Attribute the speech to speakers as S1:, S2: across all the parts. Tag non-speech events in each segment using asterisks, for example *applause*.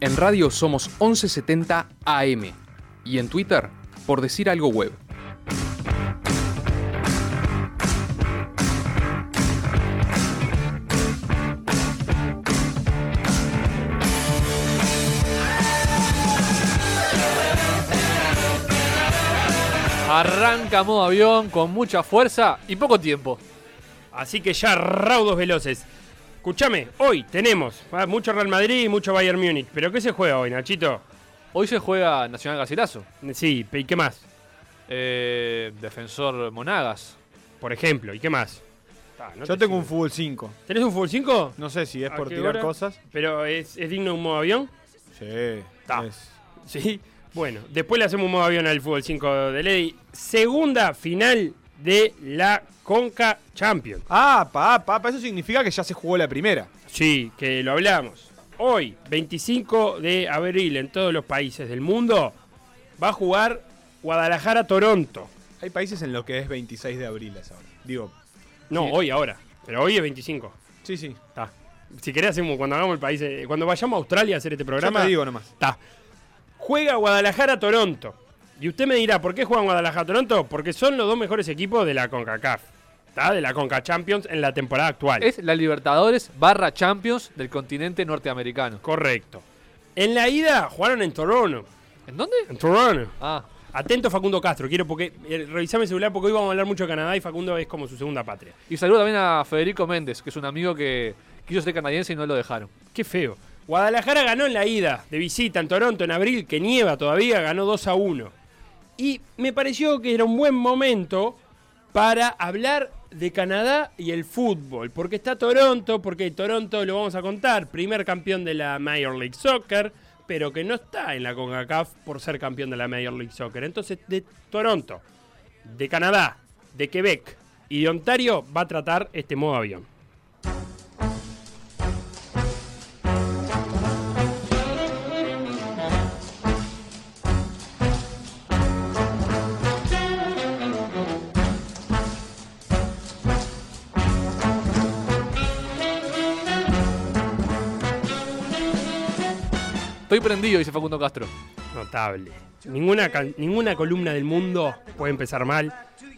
S1: En radio somos 1170 AM y en Twitter por decir algo web.
S2: Arranca modo avión con mucha fuerza y poco tiempo.
S3: Así que ya raudos veloces. Escuchame, hoy tenemos ah, mucho Real Madrid y mucho Bayern Múnich. ¿Pero qué se juega hoy, Nachito?
S2: Hoy se juega Nacional Gacetazo.
S3: Sí, ¿y qué más?
S2: Eh, defensor Monagas.
S3: Por ejemplo, ¿y qué más? Ah, no
S4: Yo
S3: te
S4: tengo un
S3: sirve.
S4: fútbol 5.
S3: ¿Tenés un fútbol 5?
S4: No sé si es
S3: ¿A
S4: por
S3: qué
S4: tirar
S3: hora?
S4: cosas.
S3: ¿Pero es, es digno de un modo avión?
S4: Sí.
S3: Ta.
S4: es-
S3: *laughs* Sí. Bueno, después le hacemos un modo avión al fútbol 5 de Lady. Segunda final de la Conca Champions.
S4: Ah, pa, pa, pa, eso significa que ya se jugó la primera.
S3: Sí, que lo hablamos. Hoy, 25 de abril, en todos los países del mundo, va a jugar Guadalajara-Toronto.
S4: Hay países en los que es 26 de abril a esa hora. Digo,
S3: No,
S4: Sí.
S3: hoy, ahora. Pero hoy es 25.
S4: sí, sí.
S3: Está. Si querés, hacemos cuando hagamos el país. eh, Cuando vayamos a Australia a hacer este
S4: Yo
S3: programa.
S4: te digo nomás.
S3: Está. Juega Guadalajara-Toronto. Y usted me dirá, ¿por qué juegan Guadalajara-Toronto? Porque son los dos mejores equipos de la CONCACAF. ¿Está? De la CONCA Champions en la temporada actual.
S2: Es la Libertadores barra Champions del continente norteamericano.
S3: Correcto. En la ida jugaron en Toronto.
S2: ¿En dónde?
S3: En Toronto.
S2: Ah,
S3: Atento Facundo Castro, quiero porque eh, revisame el celular porque hoy vamos a hablar mucho de Canadá y Facundo es como su segunda patria.
S2: y saludo también a Federico Méndez, que es un amigo que quiso ser canadiense y no lo dejaron.
S3: Qué feo. Guadalajara ganó en la ida de visita en Toronto en abril, que nieva todavía, ganó 2 a 1. Y me pareció que era un buen momento para hablar de Canadá y el fútbol, porque está Toronto, porque Toronto lo vamos a contar, primer campeón de la Major League Soccer, pero que no está en la CONCACAF por ser campeón de la Major League Soccer. Entonces, de Toronto, de Canadá, de Quebec y de Ontario va a tratar este modo avión.
S2: Estoy prendido, dice Facundo Castro.
S3: Notable. Ninguna, ca- ninguna columna del mundo puede empezar mal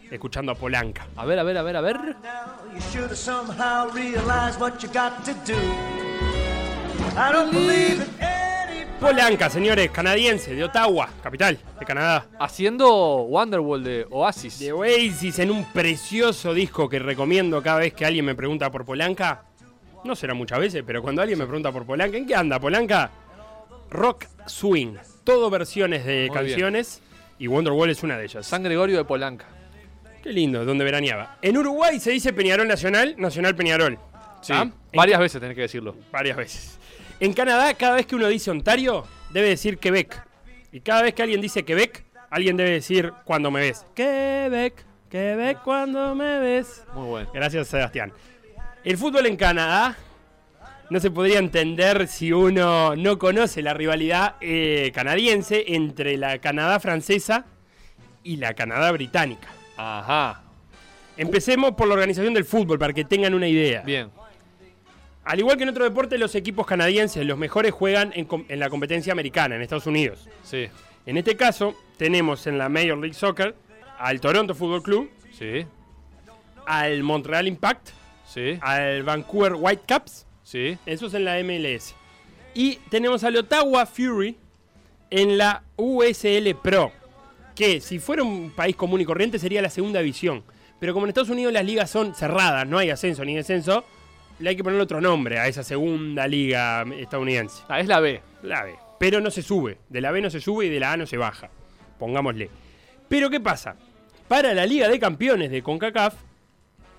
S3: escuchando a Polanca.
S2: A ver, a ver, a ver, a ver.
S5: Now you should have somehow realized what you got to do. I don't believe in any
S3: Polanca, señores, canadiense, de Ottawa, capital de Canadá.
S2: Haciendo Wonderwall de Oasis.
S3: De Oasis en un precioso disco que recomiendo cada vez que alguien me pregunta por Polanca. No será muchas veces, pero cuando alguien me pregunta por Polanca, ¿en qué anda Polanca? Rock Swing. Todo versiones de
S2: bien.
S3: canciones y Wonderwall es una de ellas.
S2: San Gregorio de Polanca.
S3: Qué lindo, donde veraneaba. En Uruguay se dice Peñarol Nacional, Nacional Peñarol.
S2: Sí.
S3: ¿Ah? En
S2: Varias veces tenés que decirlo.
S3: varias veces. En Canadá, cada vez que uno dice Ontario, debe decir Quebec. Y cada vez que alguien dice Quebec, alguien debe decir cuando me ves. Quebec, Quebec, cuando me ves.
S2: Muy bueno.
S3: Gracias, Sebastián. El fútbol en Canadá no se podría entender si uno no conoce la rivalidad eh, canadiense entre la Canadá francesa y la Canadá británica.
S2: Ajá.
S3: Empecemos por la organización del fútbol para que tengan una idea.
S2: Bien.
S3: Al igual que en otro deporte, los equipos canadienses, los mejores juegan en, com- en la competencia americana, en Estados Unidos.
S2: Sí.
S3: En este caso, tenemos en la Major League Soccer al Toronto Football Club,
S2: Sí.
S3: al Montreal Impact,
S2: Sí.
S3: al Vancouver Whitecaps,
S2: Sí.
S3: eso es en la MLS. Y tenemos al Ottawa Fury en la USL Pro, que si fuera un país común y corriente sería la segunda división. Pero como en Estados Unidos las ligas son cerradas, no hay ascenso ni descenso, le hay que poner otro nombre a esa segunda liga estadounidense.
S2: Ah, es la B.
S3: La B. Pero no se sube. De la B no se sube y de la A no se baja. Pongámosle. Pero ¿qué pasa? Para la Liga de Campeones de CONCACAF,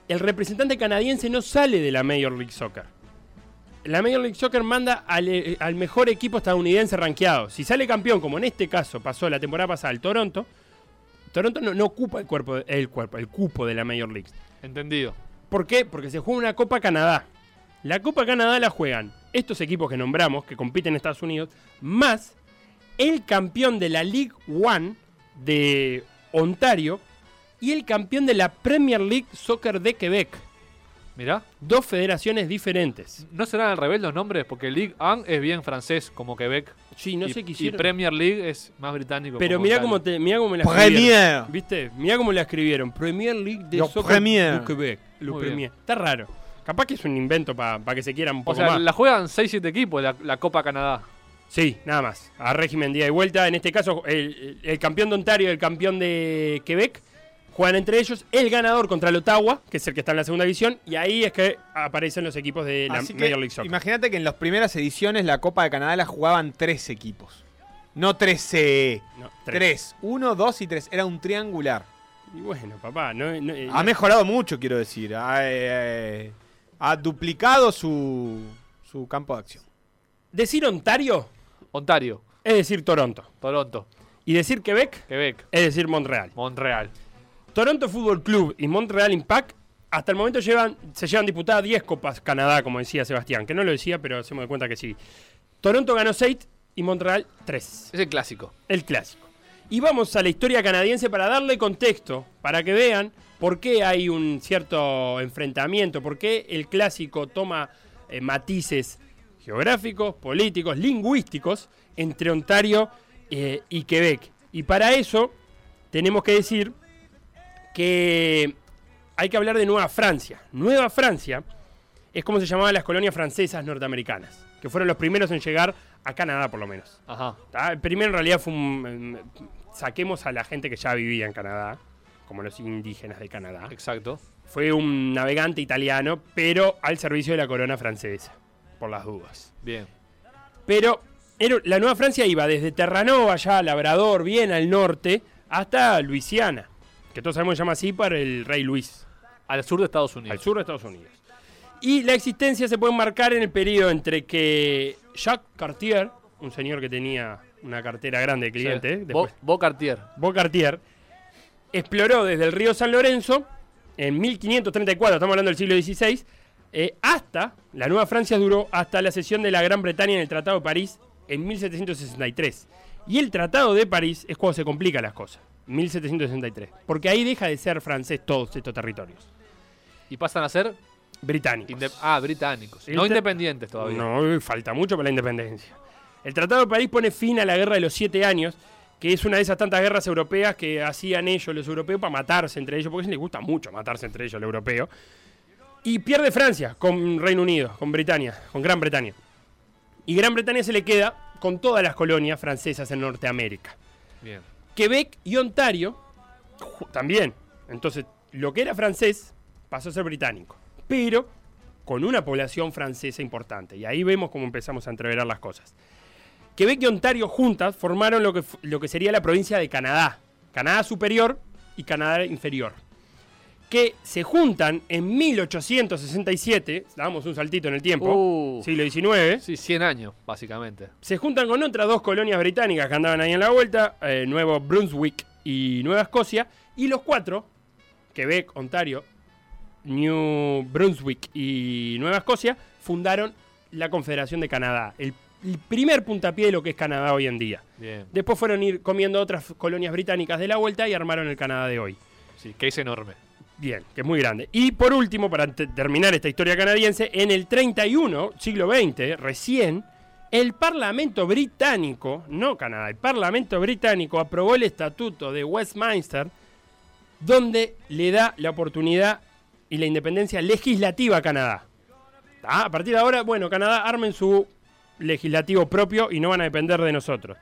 S3: el representante canadiense no sale de la Major League Soccer. La Major League Soccer manda al, eh, al mejor equipo estadounidense rankeado. Si sale campeón, como en este caso pasó la temporada pasada al Toronto, Toronto no, no ocupa el, cuerpo, el, cuerpo, el cupo de la Major League.
S2: Entendido.
S3: ¿Por qué? Porque se juega una Copa Canadá. La Copa Canadá la juegan estos equipos que nombramos, que compiten en Estados Unidos, más el campeón de la League One de Ontario y el campeón de la Premier League Soccer de Quebec.
S2: Mirá.
S3: Dos federaciones diferentes.
S2: ¿No serán al revés los nombres? Porque Ligue 1 es bien francés, como Quebec.
S3: Sí, no
S2: y,
S3: sé qué
S2: y
S3: hicieron.
S2: Premier League es más británico.
S3: Pero
S2: como
S3: mirá
S2: Italia.
S3: cómo, te, mirá cómo me la
S4: Premier.
S3: escribieron. ¿Viste? Mirá cómo la escribieron. Premier League de
S4: Lo
S3: Soccer
S4: Premier.
S3: du Quebec. Lo
S2: Muy
S3: Premier. Está raro. Capaz que es un invento para que se quieran un
S2: O
S3: poco
S2: sea,
S3: más.
S2: la juegan 6-7 equipos la, la Copa Canadá.
S3: Sí, nada más. A régimen de ida y vuelta. En este caso, el, el campeón de Ontario y el campeón de Quebec juegan entre ellos. El ganador contra el Ottawa, que es el que está en la segunda división. Y ahí es que aparecen los equipos de la
S4: Así que,
S3: Major League Soccer.
S4: Imagínate que en las primeras ediciones la Copa de Canadá la jugaban tres equipos. No 13.
S3: No, tres.
S4: Tres. Uno, dos y tres. Era un triangular.
S3: Y bueno, papá, no, no- eh,
S4: Ha mejorado mucho, quiero decir. Ha, eh, eh, ha duplicado su, su campo de acción.
S3: decir Ontario
S2: Ontario,
S3: es decir Toronto.
S2: Toronto,
S3: Y decir Quebec
S2: Quebec,
S3: es decir Montreal.
S2: Montreal.
S3: Toronto Fútbol Club y Montreal Impact hasta el momento llevan, se llevan disputadas 10 Copas Canadá, como decía Sebastián, que no lo decía, pero hacemos de cuenta que sí. Toronto ganó 6 y Montreal 3,
S2: Es el clásico.
S3: el clásico. Y vamos a la historia canadiense para darle contexto, para que vean por qué hay un cierto enfrentamiento, por qué el clásico toma eh, matices geográficos, políticos, lingüísticos entre Ontario eh, y Quebec. Y para eso tenemos que decir que hay que hablar de Nueva Francia. Nueva Francia es como se llamaban las colonias francesas norteamericanas, que fueron los primeros en llegar a Canadá por lo menos.
S2: Ajá.
S3: ¿tá? El Ah, primero en realidad fue un... mm, Saquemos a la gente que ya vivía en Canadá, como los indígenas de Canadá.
S2: Exacto.
S3: Fue un navegante italiano, pero al servicio de la corona francesa, por las dudas.
S2: Bien.
S3: Pero era- la Nueva Francia iba desde Terranova, allá a Labrador, bien al norte, hasta Luisiana, que todos sabemos que se llama así para el rey Luis,
S2: Al sur de Estados Unidos.
S3: al sur de Estados Unidos. Y la existencia se puede marcar en el periodo entre que Jacques Cartier, un señor que tenía una cartera grande de
S2: Sí.
S3: clientes, eh,
S2: Bo,
S3: después,
S2: Bo Cartier.
S3: Bo Cartier, exploró desde el río San Lorenzo en 1534, estamos hablando del siglo XVI, eh, hasta, la Nueva Francia duró hasta la cesión de la Gran Bretaña en el Tratado de París en 1763. Y el Tratado de París es cuando se complican las cosas, 1763, porque ahí deja de ser francés todos estos territorios
S2: Y pasan a ser.
S3: británicos.
S2: inde- ah, británicos.
S3: El
S2: No
S3: te-
S2: independientes todavía.
S3: No, falta mucho para la independencia. El Tratado de París pone fin a la Guerra de los Siete Años, que es una de esas tantas guerras europeas que hacían ellos, los europeos, para matarse entre ellos, porque a ellos les gusta mucho matarse entre ellos, los europeos. Y pierde Francia con Reino Unido, con Britania, con Gran Bretaña. Y Gran Bretaña se le queda con todas las colonias francesas en Norteamérica.
S2: Bien.
S3: Quebec y Ontario ju- también. Entonces, lo que era francés pasó a ser británico, pero con una población francesa importante. Y ahí vemos cómo empezamos a entreverar las cosas. Quebec y Ontario juntas formaron lo que, fu- lo que sería la provincia de Canadá. Canadá superior y Canadá inferior. Que se juntan en 1867, damos un saltito en el tiempo,
S2: Uh.
S3: siglo XIX
S2: Sí, 100 años, básicamente.
S3: se juntan con otras dos colonias británicas que andaban ahí en la vuelta, eh, Nuevo Brunswick y Nueva Escocia, y los cuatro, Quebec, Ontario, New Brunswick y Nueva Escocia, fundaron la Confederación de Canadá, el, el primer puntapié de lo que es Canadá hoy en día.
S2: Bien.
S3: Después fueron ir comiendo otras colonias británicas de la vuelta y armaron el Canadá de hoy.
S2: Sí, que es enorme.
S3: Bien, que es muy grande. Y por último, para te- terminar esta historia canadiense, en el 31, siglo XX, recién, el Parlamento británico, no Canadá, el Parlamento británico aprobó el Estatuto de Westminster, donde le da la oportunidad y la independencia legislativa a Canadá. Ah, a partir de ahora, bueno, Canadá armen su legislativo propio y no van a depender de nosotros.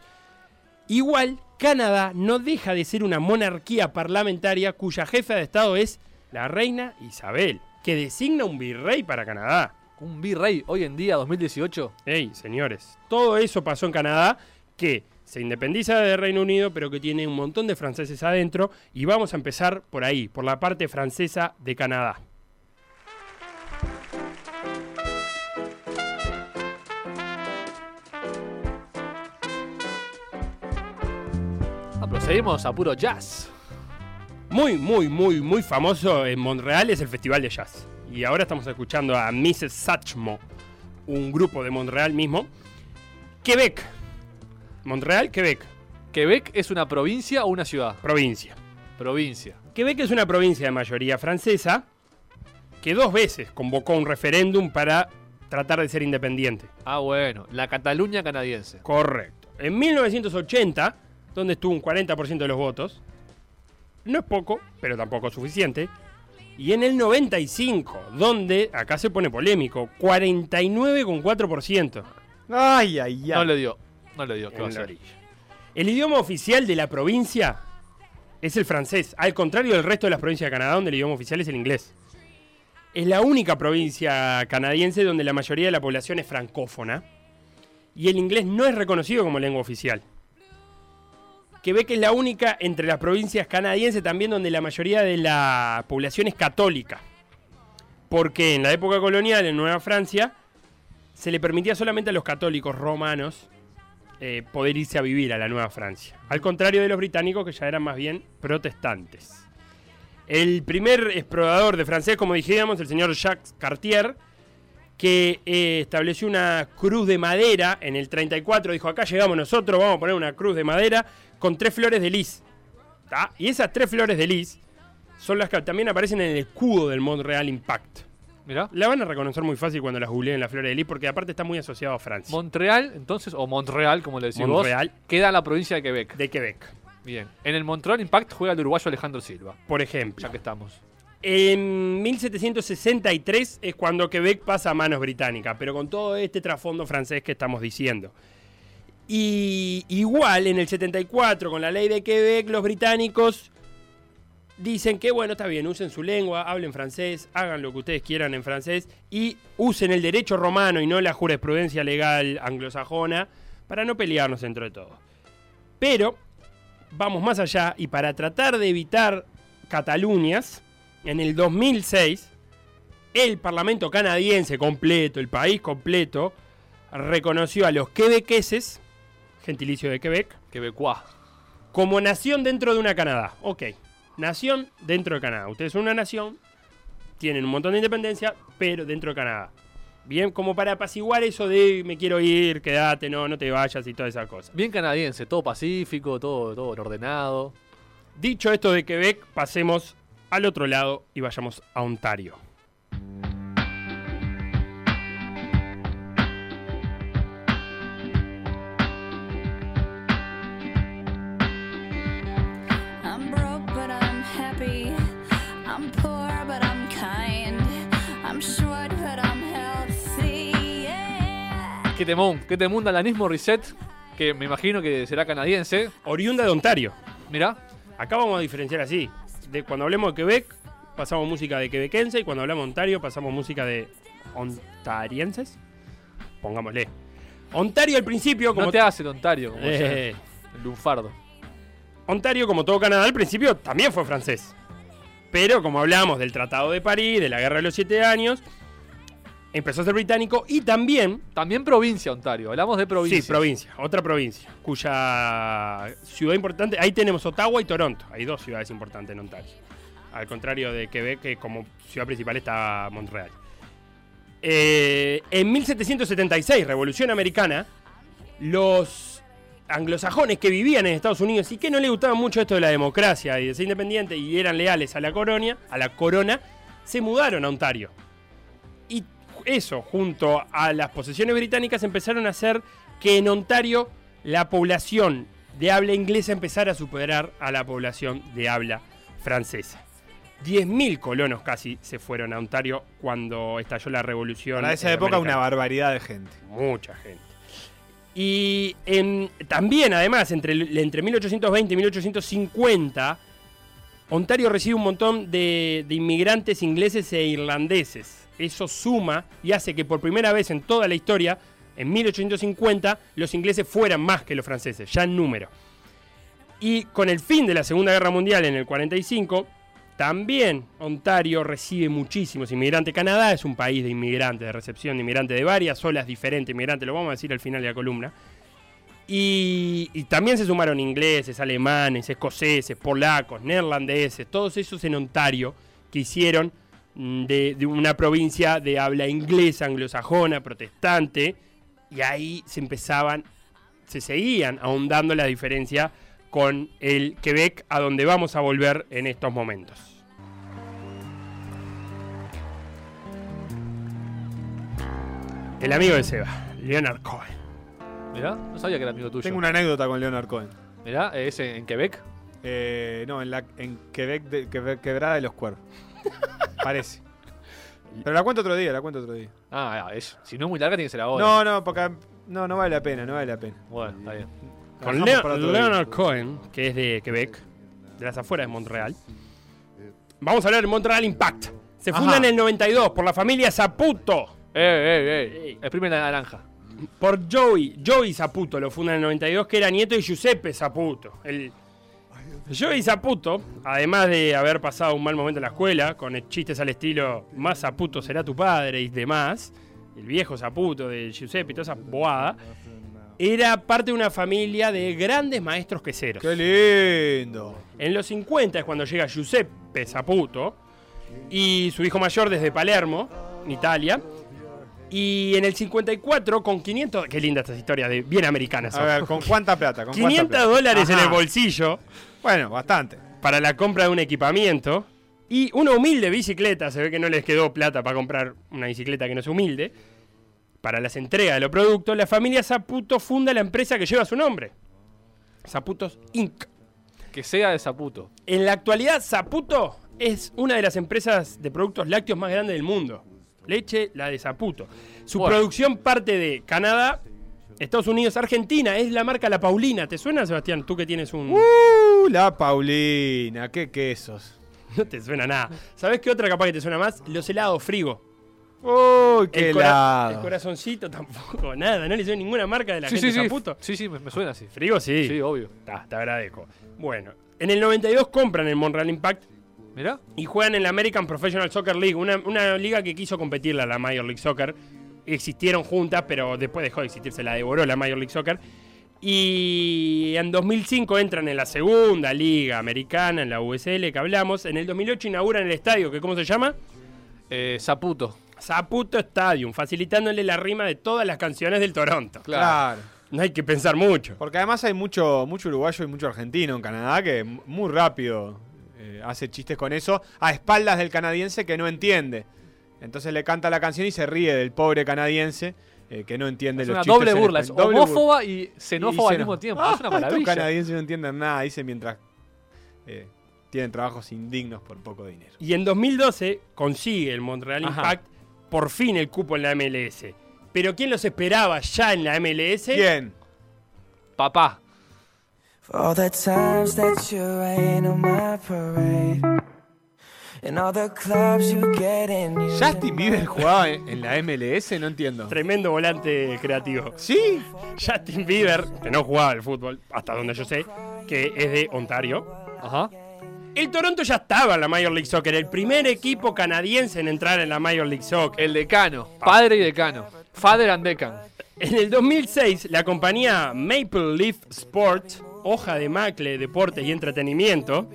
S3: Igual, Canadá no deja de ser una monarquía parlamentaria cuya jefa de Estado es la reina Isabel, que designa un virrey para Canadá.
S2: Un virrey hoy en día, 2018.
S3: Ey, señores, todo eso pasó en Canadá que se independiza del Reino Unido, pero que tiene un montón de franceses adentro. Y vamos a empezar por ahí, por la parte francesa de Canadá.
S2: Ah, procedimos a puro jazz.
S3: Muy, muy, muy, muy famoso en Montreal es el Festival de Jazz. Y ahora estamos escuchando a Mrs. Satchmo, un grupo de Montreal mismo. Quebec. Montreal, Quebec,
S2: ¿Quebec es una provincia o una ciudad?
S3: provincia.
S2: Provincia.
S3: Quebec es una provincia de mayoría francesa que dos veces convocó un referéndum para tratar de ser independiente.
S2: Ah, bueno. La Cataluña canadiense.
S3: Correcto. En 1980, donde estuvo un 40% de los votos, no es poco, pero tampoco es suficiente. Y en el 95, donde, acá se pone polémico, 49,4%
S4: Ay, ay, ay.
S2: No le dio. No le dio. ¿Qué va a
S3: en la
S2: hacer?
S3: orilla. El idioma oficial de la provincia es el francés, al contrario del resto de las provincias de Canadá, donde el idioma oficial es el inglés. Es la única provincia canadiense donde la mayoría de la población es francófona y el inglés no es reconocido como lengua oficial. Quebec es la única entre las provincias canadienses también donde la mayoría de la población es católica. Porque en la época colonial en Nueva Francia se le permitía solamente a los católicos romanos eh, poder irse a vivir a la Nueva Francia. Al contrario de los británicos que ya eran más bien protestantes. El primer explorador de francés, como dijimos, el señor Jacques Cartier, que eh, estableció una cruz de madera en el 34, dijo, acá llegamos nosotros, vamos a poner una cruz de madera con tres flores de lis. ¿Tá? Y esas tres flores de lis son las que también aparecen en el escudo del Montreal Impact.
S2: Mirá.
S3: La van a reconocer muy fácil cuando las googleen las flores de lis, porque aparte está muy asociado a Francia.
S2: Montreal, entonces, o Montreal, como le decís vos,
S3: Montreal.
S2: queda en la provincia de Quebec.
S3: de Quebec,
S2: Bien. En el Montreal Impact juega el uruguayo Alejandro Silva.
S3: por ejemplo.
S2: Ya que estamos.
S3: En 1763 es cuando Quebec pasa a manos británicas, pero con todo este trasfondo francés que estamos diciendo. Y igual en el 74, con la ley de Quebec, los británicos dicen que, bueno, está bien, usen su lengua, hablen francés, hagan lo que ustedes quieran en francés y usen el derecho romano y no la jurisprudencia legal anglosajona para no pelearnos dentro de todo. Pero vamos más allá y para tratar de evitar Cataluñas, en el 2006, el Parlamento canadiense completo, el país completo, reconoció a los quebequeses, gentilicio de Quebec,
S2: Quebecois.
S3: como nación dentro de una Canadá. Ok, nación dentro de Canadá. Ustedes son una nación, tienen un montón de independencia, pero dentro de Canadá. Bien, como para apaciguar eso de me quiero ir, quédate, no, no te vayas y toda esa cosa.
S2: Bien canadiense, todo pacífico, todo, todo ordenado.
S3: Dicho esto de Quebec, pasemos al otro lado y vayamos a Ontario.
S6: I'm broke, but I'm happy. I'm poor, but I'm kind. I'm short, but I'm healthy. Yeah.
S2: Qué temón, qué temón de Alanismo Reset, que me imagino que será canadiense.
S3: Oriunda de Ontario.
S2: Mirá,
S3: Acá vamos a diferenciar así. De cuando hablemos de Quebec, pasamos música de quebequense y cuando hablamos de Ontario, pasamos música de ontarienses. Pongámosle. Ontario al principio, como
S2: no te hace el Ontario, como
S3: Eh.
S2: ese lunfardo.
S3: Ontario, como todo Canadá al principio, también fue francés. Pero como hablamos del Tratado de París, de la Guerra de los Siete Años, empezó a ser británico y también
S2: También provincia, Ontario. Hablamos de provincia.
S3: Sí, provincia, otra provincia, cuya ciudad importante, ahí tenemos Ottawa y Toronto, hay dos ciudades importantes en Ontario. Al contrario de Quebec, que como ciudad principal está Montreal. Eh, en 1776, Revolución Americana, los anglosajones que vivían en Estados Unidos y que no les gustaba mucho esto de la democracia y de ser independiente y eran leales a la corona, a la corona, se mudaron a Ontario. Y eso, junto a las posesiones británicas, empezaron a hacer que en Ontario la población de habla inglesa empezara a superar a la población de habla francesa. 10.000 colonos casi se fueron a Ontario cuando estalló la revolución.
S4: Para esa época una
S3: americana
S4: barbaridad de gente.
S3: mucha gente. Y en- también, además, entre, el- entre 1820 y 1850, Ontario recibe un montón de, de inmigrantes ingleses e irlandeses. Eso suma y hace que por primera vez en toda la historia, en 1850, los ingleses fueran más que los franceses, ya en número. Y con el fin de la Segunda Guerra Mundial en el 45, también Ontario recibe muchísimos inmigrantes. Canadá es un país de inmigrantes, de recepción de inmigrantes, de varias olas diferentes de inmigrantes, lo vamos a decir al final de la columna. Y, y también se sumaron ingleses, alemanes, escoceses, polacos, neerlandeses, todos esos en Ontario que hicieron mm, de, de una provincia de habla inglesa, anglosajona, protestante, y ahí se empezaban, se seguían ahondando la diferencia con el Quebec, a donde vamos a volver en estos momentos. El amigo de Seba, Leonard Cohen.
S2: Mirá, no sabía que era amigo tuyo.
S4: Tengo una anécdota con Leonard Cohen.
S2: Mirá, eh, ese en Quebec.
S4: Eh, no, en, la, en Quebec, de- Quebec- Quebrada de los Cuervos.
S3: *laughs*
S4: Parece. Pero la cuento otro día, la cuento otro día.
S2: Ah, ah, es- si no es muy larga, tiene que ser ahora.
S4: No, no, porque no, no vale la pena, no vale la pena.
S2: Bueno, está bien.
S4: La
S3: Con
S4: dejamos
S3: Leo-
S4: para otro día.
S3: Leonard Cohen, que es de Quebec, de las afueras de Montreal. Vamos a hablar del Montreal Impact. Se funda
S2: Ajá.
S3: en el 92 por la familia Zaputo.
S2: Eh, eh, eh. Exprime la naranja.
S3: Por Joey, Joey Zaputo lo funda en el 92, que era nieto de Giuseppe Zaputo. El Joey Zaputo, además de haber pasado un mal momento en la escuela, con eh, chistes al estilo más Zaputo será tu padre y demás, el viejo Zaputo de Giuseppe y toda esa boada, era parte de una familia de grandes maestros queseros.
S4: Qué lindo.
S3: En los 50 es cuando llega Giuseppe Saputo y su hijo mayor desde Palermo, en Italia. Y en el 54 con 500... Qué linda estas historias de bien americanas.
S4: A
S3: son.
S4: ver, ¿con cuánta plata? ¿Con cuánta
S3: 500
S4: plata?
S3: dólares en
S4: Ajá.
S3: el bolsillo
S4: Bueno, bastante.
S3: para la compra de un equipamiento. Y una humilde bicicleta, se ve que no les quedó plata para comprar una bicicleta que no es humilde. Para las entregas de los productos, la familia Saputo funda la empresa que lleva su nombre. Saputos Inc.
S2: Que sea de Zaputo.
S3: En la actualidad, Saputo es una de las empresas de productos lácteos más grandes del mundo. Leche, la de Saputo. Su
S2: Bueno.
S3: producción parte de Canadá, Estados Unidos, Argentina. Es la marca La Paulina. ¿Te suena, Sebastián? Tú que tienes un...
S4: Uh, la Paulina, qué quesos.
S3: No te suena nada. ¿Sabes qué otra capaz que te suena más? Los helados frigo.
S4: Uy, qué
S3: el, cora-
S4: helado.
S3: el corazoncito tampoco, *laughs* nada. No le suena ninguna marca de la
S2: Sí,
S3: gente
S2: sí, sí.
S3: Saputo.
S2: Sí, sí, me, me suena así.
S3: Frigo sí.
S2: Sí, obvio.
S3: Ta, te agradezco. Bueno, en el 92 compran el Montreal Impact
S2: Mirá.
S3: y juegan en la American Professional Soccer League, una, una liga que quiso competirla, la Major League Soccer. Existieron juntas, pero después dejó de existir, se la devoró la Major League Soccer. Y en 2005 entran en la segunda liga americana, en la USL que hablamos. En el 2008 inauguran el estadio, que ¿cómo se llama?
S2: Eh, Zaputo.
S3: Saputo Stadium, facilitándole la rima de todas las canciones del Toronto.
S4: Claro.
S3: No hay que pensar mucho.
S4: Porque además hay mucho, mucho uruguayo y mucho argentino en Canadá que m- muy rápido eh, hace chistes con eso a espaldas del canadiense que no entiende. Entonces le canta la canción y se ríe del pobre canadiense eh, que no entiende
S2: Es
S4: los
S2: una
S4: chistes.
S2: doble
S4: en
S2: burla. Es
S4: español. Doble burla.
S2: homófoba y xenófoba
S4: Y
S2: al
S4: xeno-
S2: mismo tiempo.
S4: Ah,
S2: es una
S4: Estos
S2: maravilla.
S4: canadienses no entienden nada, dice mientras eh, tienen trabajos indignos por poco dinero.
S3: Y en 2012 consigue el Montreal
S2: Ajá.
S3: Impact por fin el cupo en la MLS. Pero ¿quién los esperaba ya en la MLS?
S4: Bien.
S2: Papá.
S7: For all the times that you rain on my parade. And all the clubs you get in. you
S4: Justin Bieber jugaba en, en la MLS, no entiendo.
S3: Tremendo volante creativo.
S4: ¿Sí?
S3: Justin Bieber, que no jugaba al fútbol, hasta donde yo sé, que es de Ontario.
S2: Ajá.
S3: El Toronto ya estaba en la Major League Soccer, el primer equipo canadiense en entrar en la Major League Soccer.
S2: El decano. Padre y decano. Father and decan.
S3: En el 2006, la compañía Maple Leaf Sport, hoja de macle, deportes y entretenimiento,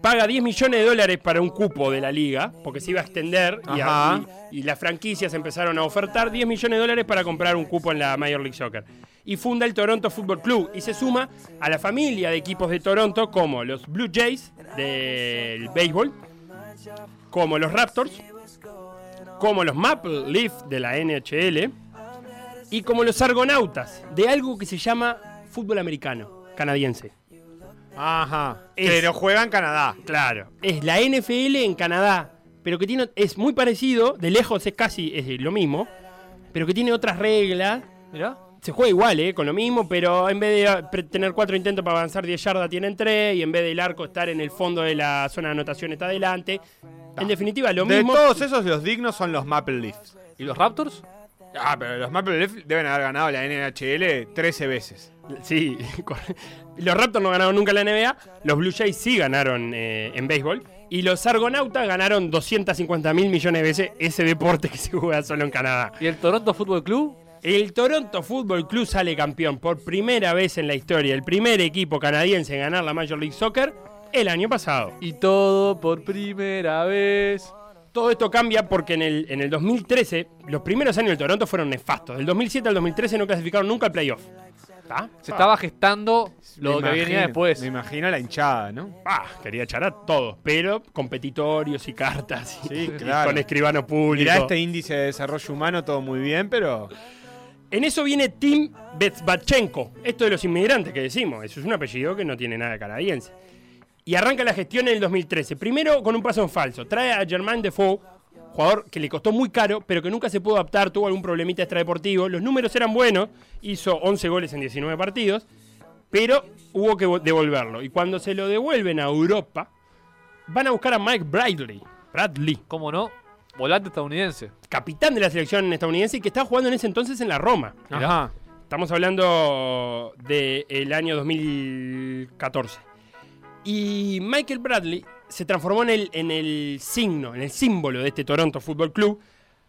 S3: paga 10 millones de dólares para un cupo de la liga, porque se iba a extender y, a-
S4: Ajá.
S3: y- y las franquicias empezaron a ofertar 10 millones de dólares para comprar un cupo en la Major League Soccer. Y funda el Toronto Football Club y se suma a la familia de equipos de Toronto como los Blue Jays del béisbol, como los Raptors, como los Maple Leaf de la NHL y como los Argonautas de algo que se llama fútbol americano canadiense.
S4: Ajá.
S3: Es-
S4: Pero juega en Canadá.
S3: Claro, es la NFL en Canadá, pero que tiene es muy parecido, de lejos es casi es lo mismo, pero que tiene otras reglas.
S2: Mirá.
S3: Se juega igual, ¿eh? con lo mismo, pero en vez de ah, pre- tener cuatro intentos para avanzar 10 yardas, tienen tres, y en vez del arco estar en el fondo de la zona de anotación, está adelante. En definitiva, lo
S4: De
S3: mismo.
S4: todos esos, los dignos son los Maple Leafs.
S2: ¿Y los Raptors?
S4: Ah, pero los Maple Leafs deben haber ganado la NHL 13 veces.
S3: Sí, *laughs* corre- los Raptors no ganaron nunca la NBA, los Blue Jays sí ganaron eh, en béisbol y los Argonautas ganaron 250 mil millones de veces ese deporte que se juega solo en Canadá.
S2: ¿Y el Toronto Fútbol Club?
S3: El Toronto Football Club sale campeón por primera vez en la historia, el primer equipo canadiense en ganar la Major League Soccer el año pasado.
S2: Y todo por primera vez.
S3: Todo esto cambia porque en el, en el 2013, los primeros años del Toronto fueron nefastos. Del 2007 al 2013 no clasificaron nunca al playoff. ¿Está?
S2: Se estaba gestando
S4: Ah. Me
S2: lo que venía
S4: imagino-
S2: después.
S4: Me imagino la hinchada, ¿no?
S3: Ah, quería echar a todos, pero con petitorios y cartas. y-
S4: Sí,
S3: *laughs* y
S4: claro.
S3: con escribano público.
S4: Mirá este índice de desarrollo humano, todo muy bien, pero.
S3: En eso viene Tim Bezbachenko, esto de los inmigrantes que decimos, eso es un apellido que no tiene nada de canadiense. Y arranca la gestión en el 2013, primero con un paso en falso, trae a Germain Defoe, jugador que le costó muy caro, pero que nunca se pudo adaptar, tuvo algún problemita extradeportivo, los números eran buenos, hizo 11 goles en 19 partidos, pero hubo que devolverlo. Y cuando se lo devuelven a Europa, van a buscar a Mike Bradley, Bradley,
S2: ¿Cómo no? Volante estadounidense.
S3: capitán de la selección estadounidense y que estaba jugando en ese entonces en la Roma.
S4: Ajá.
S3: Estamos hablando del año 2014. Y Michael Bradley se transformó en el, en el signo, en el símbolo de este Toronto Fútbol Club.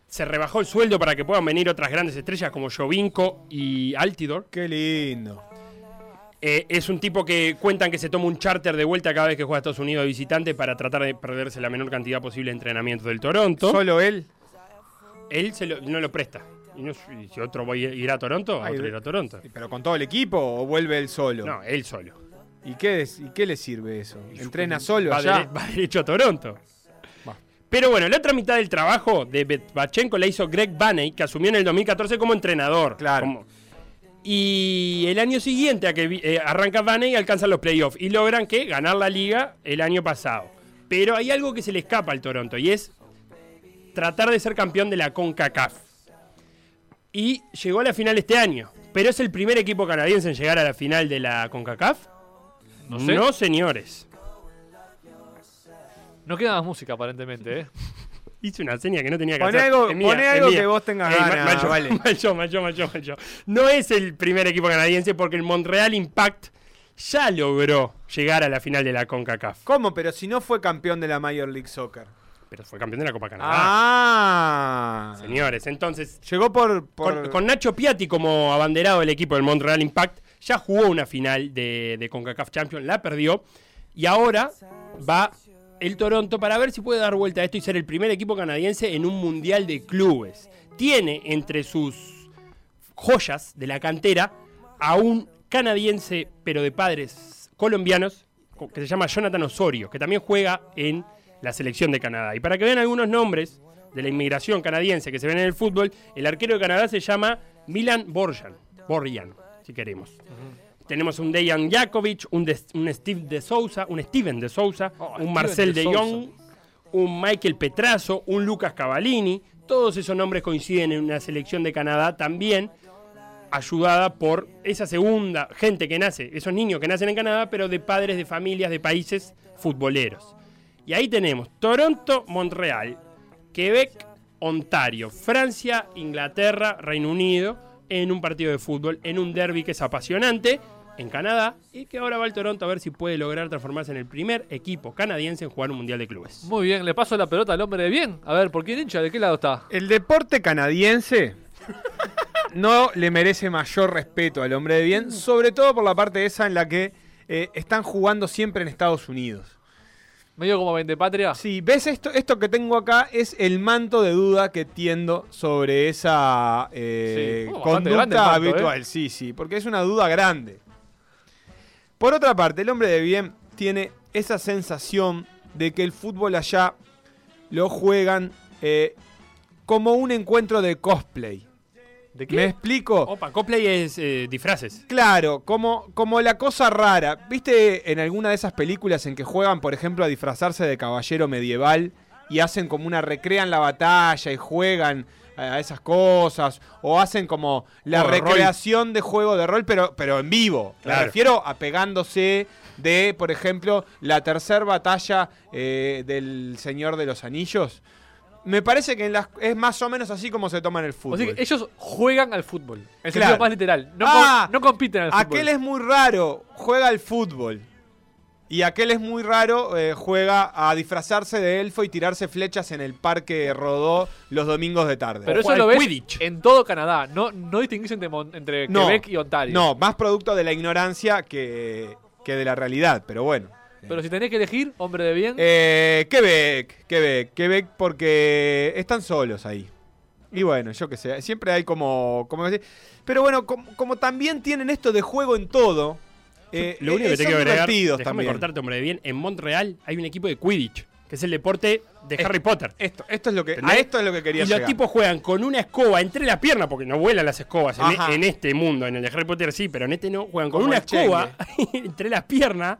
S3: Se rebajó el sueldo para que puedan venir otras grandes estrellas como Jovinko y Altidor.
S4: Qué lindo.
S3: Eh, es un tipo que cuentan que se toma un charter de vuelta cada vez que juega a Estados Unidos de visitante para tratar de perderse la menor cantidad posible de entrenamientos del Toronto.
S4: Solo él.
S3: Él se lo- no lo presta. Y no- y si otro va a ir- irá a Toronto,
S4: Ay,
S3: otro irá a Toronto.
S4: ¿Pero con todo el equipo o vuelve él solo?
S3: No, él solo.
S4: ¿Y qué, es- ¿Y qué le sirve eso? ¿Entrena
S3: su-
S4: solo
S3: va,
S4: allá?
S3: dere- va derecho a Toronto. Pero bueno, la otra mitad del trabajo de Betbachenko la hizo Greg Banney, que asumió en el 2014 como entrenador.
S4: Claro.
S3: Como- Y el año siguiente a que vi- eh, arranca Banney alcanzan los playoffs y logran que ganar la liga el año pasado. Pero hay algo que se le escapa al Toronto y es tratar de ser campeón de la CONCACAF. Y llegó a la final este año. Pero es el primer equipo canadiense en llegar a la final de la CONCACAF.
S2: No sé.
S3: No, señores.
S2: No queda más música, aparentemente, ¿eh?
S3: Hice una seña que no tenía que
S4: Poné
S3: hacer.
S4: algo-
S3: Es mía,
S4: poné
S3: es
S4: algo
S3: mía.
S4: que vos tengas
S3: ma-
S4: ganas,
S3: mal yo, *laughs*
S4: vale.
S3: mal yo, mal yo, mal yo, mal yo. No es el primer equipo canadiense porque el Montreal Impact ya logró llegar a la final de la CONCACAF.
S4: ¿Cómo? Pero si no fue campeón de la Major League Soccer.
S3: Pero fue campeón de la Copa Canadá.
S4: Ah.
S3: Señores, entonces,
S4: Llegó por. por-
S3: con, con Nacho Piatti como abanderado del equipo del Montreal Impact, ya jugó una final de, de CONCACAF Champions, la perdió. Y ahora va el Toronto para ver si puede dar vuelta a esto y ser el primer equipo canadiense en un mundial de clubes. Tiene entre sus joyas de la cantera a un canadiense, pero de padres colombianos, co- que se llama Jonathan Osorio, que también juega en la selección de Canadá. Y para que vean algunos nombres de la inmigración canadiense que se ven en el fútbol, el arquero de Canadá se llama Milan Borjan, Borjan, si queremos. Tenemos un Dejan Jakovic, un, de- un Steve de Souza, un Oh, Steven de Souza, un Marcel de,
S2: de
S3: Jong, un Michael Petrazo, un Lucas Cavallini. Todos esos nombres coinciden en una selección de Canadá también ayudada por esa segunda gente que nace, esos niños que nacen en Canadá, pero de padres de familias de países futboleros. Y ahí tenemos Toronto, Montreal, Quebec, Ontario, Francia, Inglaterra, Reino Unido, en un partido de fútbol, en un derby que es apasionante en Canadá y que ahora va el Toronto a ver si puede lograr transformarse en el primer equipo canadiense en jugar un Mundial de Clubes.
S2: Muy bien, le paso la pelota al hombre de bien. A ver, ¿por quién hincha? ¿De qué lado está?
S4: El deporte canadiense no le merece mayor respeto al hombre de bien, sobre todo por la parte esa en la que eh, están jugando siempre en Estados Unidos.
S2: Medio como Patria.
S4: Sí, ves esto, esto que tengo acá es el manto de duda que tiendo sobre esa eh,
S2: Sí, bueno, bastante
S4: conducta
S2: grande el manto,
S4: habitual. Sí, sí, porque es una duda grande. Por otra parte, el hombre de bien tiene esa sensación de que el fútbol allá lo juegan eh, como un encuentro de cosplay.
S2: ¿De
S4: ¿Me
S2: qué? Oh,
S4: explico?
S3: Opa, cosplay es eh, disfraces.
S4: Claro, como, como la cosa rara. ¿Viste en alguna de esas películas en que juegan, por ejemplo, a disfrazarse de caballero medieval y hacen como una recrean la batalla y juegan a esas cosas? O hacen como la
S3: O rol.
S4: recreación de juego de rol, pero, pero en vivo. Me
S3: Claro.
S4: refiero a pegándose de, por ejemplo, la tercera batalla eh, del Señor de los Anillos. Me parece que en las- es más o menos así como se toman el fútbol.
S2: O sea que ellos juegan al fútbol.
S4: Claro.
S2: En sentido más literal. No,
S4: Ah,
S2: com- no compiten al fútbol.
S4: Aquel es muy raro, juega al fútbol. Y aquel es muy raro, eh, juega a disfrazarse de elfo y tirarse flechas en el parque Rodó los domingos de tarde.
S2: Pero eso
S3: juega
S2: lo
S3: al
S2: ves
S3: Quidditch.
S2: en todo Canadá. No, no distinguís entre, Mon- entre
S4: No,
S2: Quebec y Ontario.
S4: No, más producto de la ignorancia que, que de la realidad, pero bueno.
S2: Pero si tenés que elegir, hombre de bien. ah,
S4: Eh, Quebec, Quebec, Quebec porque están solos ahí. Y bueno, yo qué sé, siempre hay como... como decir- pero bueno, com- como, también tienen esto de juego en todo, eh,
S3: Lo único
S4: eh,
S3: que te
S4: son
S3: quiero agregar,
S4: divertidos
S3: déjame
S4: también.
S3: cortarte, hombre, bien. En Montreal hay un equipo de Quidditch, que es el deporte de
S4: Es-
S3: Harry Potter.
S4: Esto, esto es lo que, eh, a
S3: ¿Entendés?
S4: esto es lo que
S3: Y
S4: quería
S3: los
S4: llegar.
S3: tipos juegan con una escoba entre las piernas, porque no vuelan las escobas en,
S4: Ajá.
S3: en este mundo, en el de Harry Potter sí, pero en este no, juegan con
S4: Como
S3: una
S4: el chengue.
S3: escoba *laughs* entre las piernas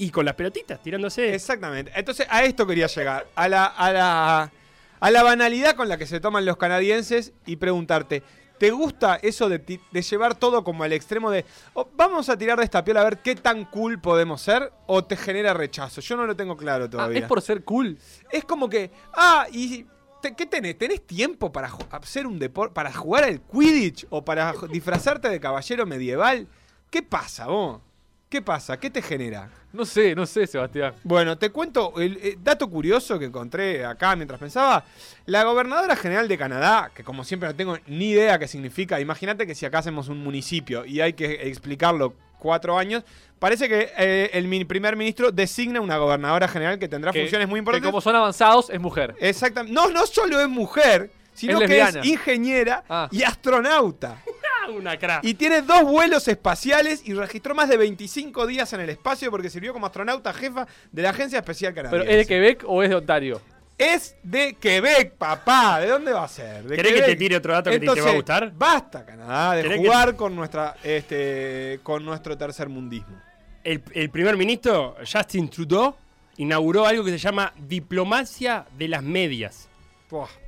S3: y con las pelotitas tirándose.
S4: Exactamente. Entonces, a esto quería llegar. A la, a la, a la banalidad con la que se toman los canadienses y preguntarte. ¿Te gusta eso de, ti- de llevar todo como al extremo de "Oh, vamos a tirar de esta piola a ver qué tan cool podemos ser? ¿O te genera rechazo? Yo no lo tengo claro
S2: Ah,
S4: todavía.
S2: es por ser cool.
S4: Es como que, ah, y te- ¿qué tenés? ¿Tenés tiempo para ju- hacer un deporte, para jugar al Quidditch o para ju- disfrazarte de caballero medieval? ¿Qué pasa, vos? ¿Qué pasa? ¿Qué te genera?
S2: No sé, no sé, Sebastián.
S4: Bueno, te cuento el eh, dato curioso que encontré acá mientras pensaba. La gobernadora general de Canadá, que como siempre no tengo ni idea qué significa, imagínate que si acá hacemos un municipio y hay que explicarlo cuatro años, parece que eh, el min- primer ministro designa una gobernadora general que tendrá
S2: Que-
S4: funciones muy Eh,
S2: Que
S4: importantes.
S2: como son avanzados, es mujer.
S4: Exactamente. No, no solo es mujer, sino
S2: Es
S4: que es
S2: lesbiana.
S4: ingeniera
S2: Ah.
S4: y astronauta.
S3: Ah, una cra.
S4: Y tiene dos vuelos espaciales y registró más de 25 días en el espacio porque sirvió como astronauta jefa de la Agencia Especial
S2: ¿Pero
S4: Canadiense.
S2: es de Quebec o es de Ontario?
S4: Es de Quebec, papá. ¿De dónde va a ser? ¿De
S3: ¿Querés que
S4: Quebec?
S3: te tire otro dato que te- te va a
S4: Entonces,
S3: gustar?
S4: Basta, Canadá, de
S3: ¿Querés que-
S4: jugar con, nuestra, este, con nuestro tercer mundismo.
S3: El, el primer ministro, Justin Trudeau, inauguró algo que se llama diplomacia de las medias.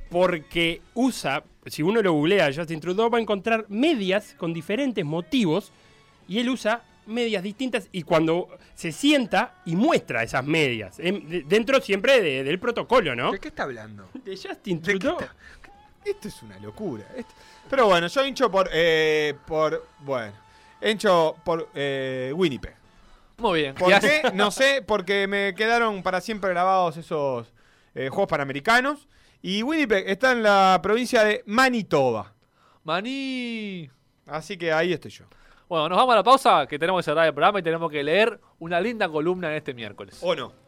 S3: Porque usa, si uno lo googlea, Justin Trudeau va a encontrar medias con diferentes motivos y él usa medias distintas y cuando se sienta y muestra esas medias, em, de- dentro siempre de- del protocolo, ¿no?
S4: ¿De qué está hablando?
S3: De Justin
S4: ¿De qué
S3: Trudeau.
S4: está- Esto es una locura. Esto- Pero bueno, yo hincho por. eh, por bueno, hincho por eh, Winnipeg.
S2: Muy bien.
S4: ¿Por
S2: Y así-
S4: qué? No sé, porque me quedaron para siempre grabados esos eh, juegos panamericanos. Y Winnipeg está en la provincia de Manitoba.
S2: Maní.
S4: Así que ahí estoy yo.
S2: Bueno, nos vamos a la pausa que tenemos que cerrar el programa y tenemos que leer una linda columna en este miércoles.
S4: ¿O no?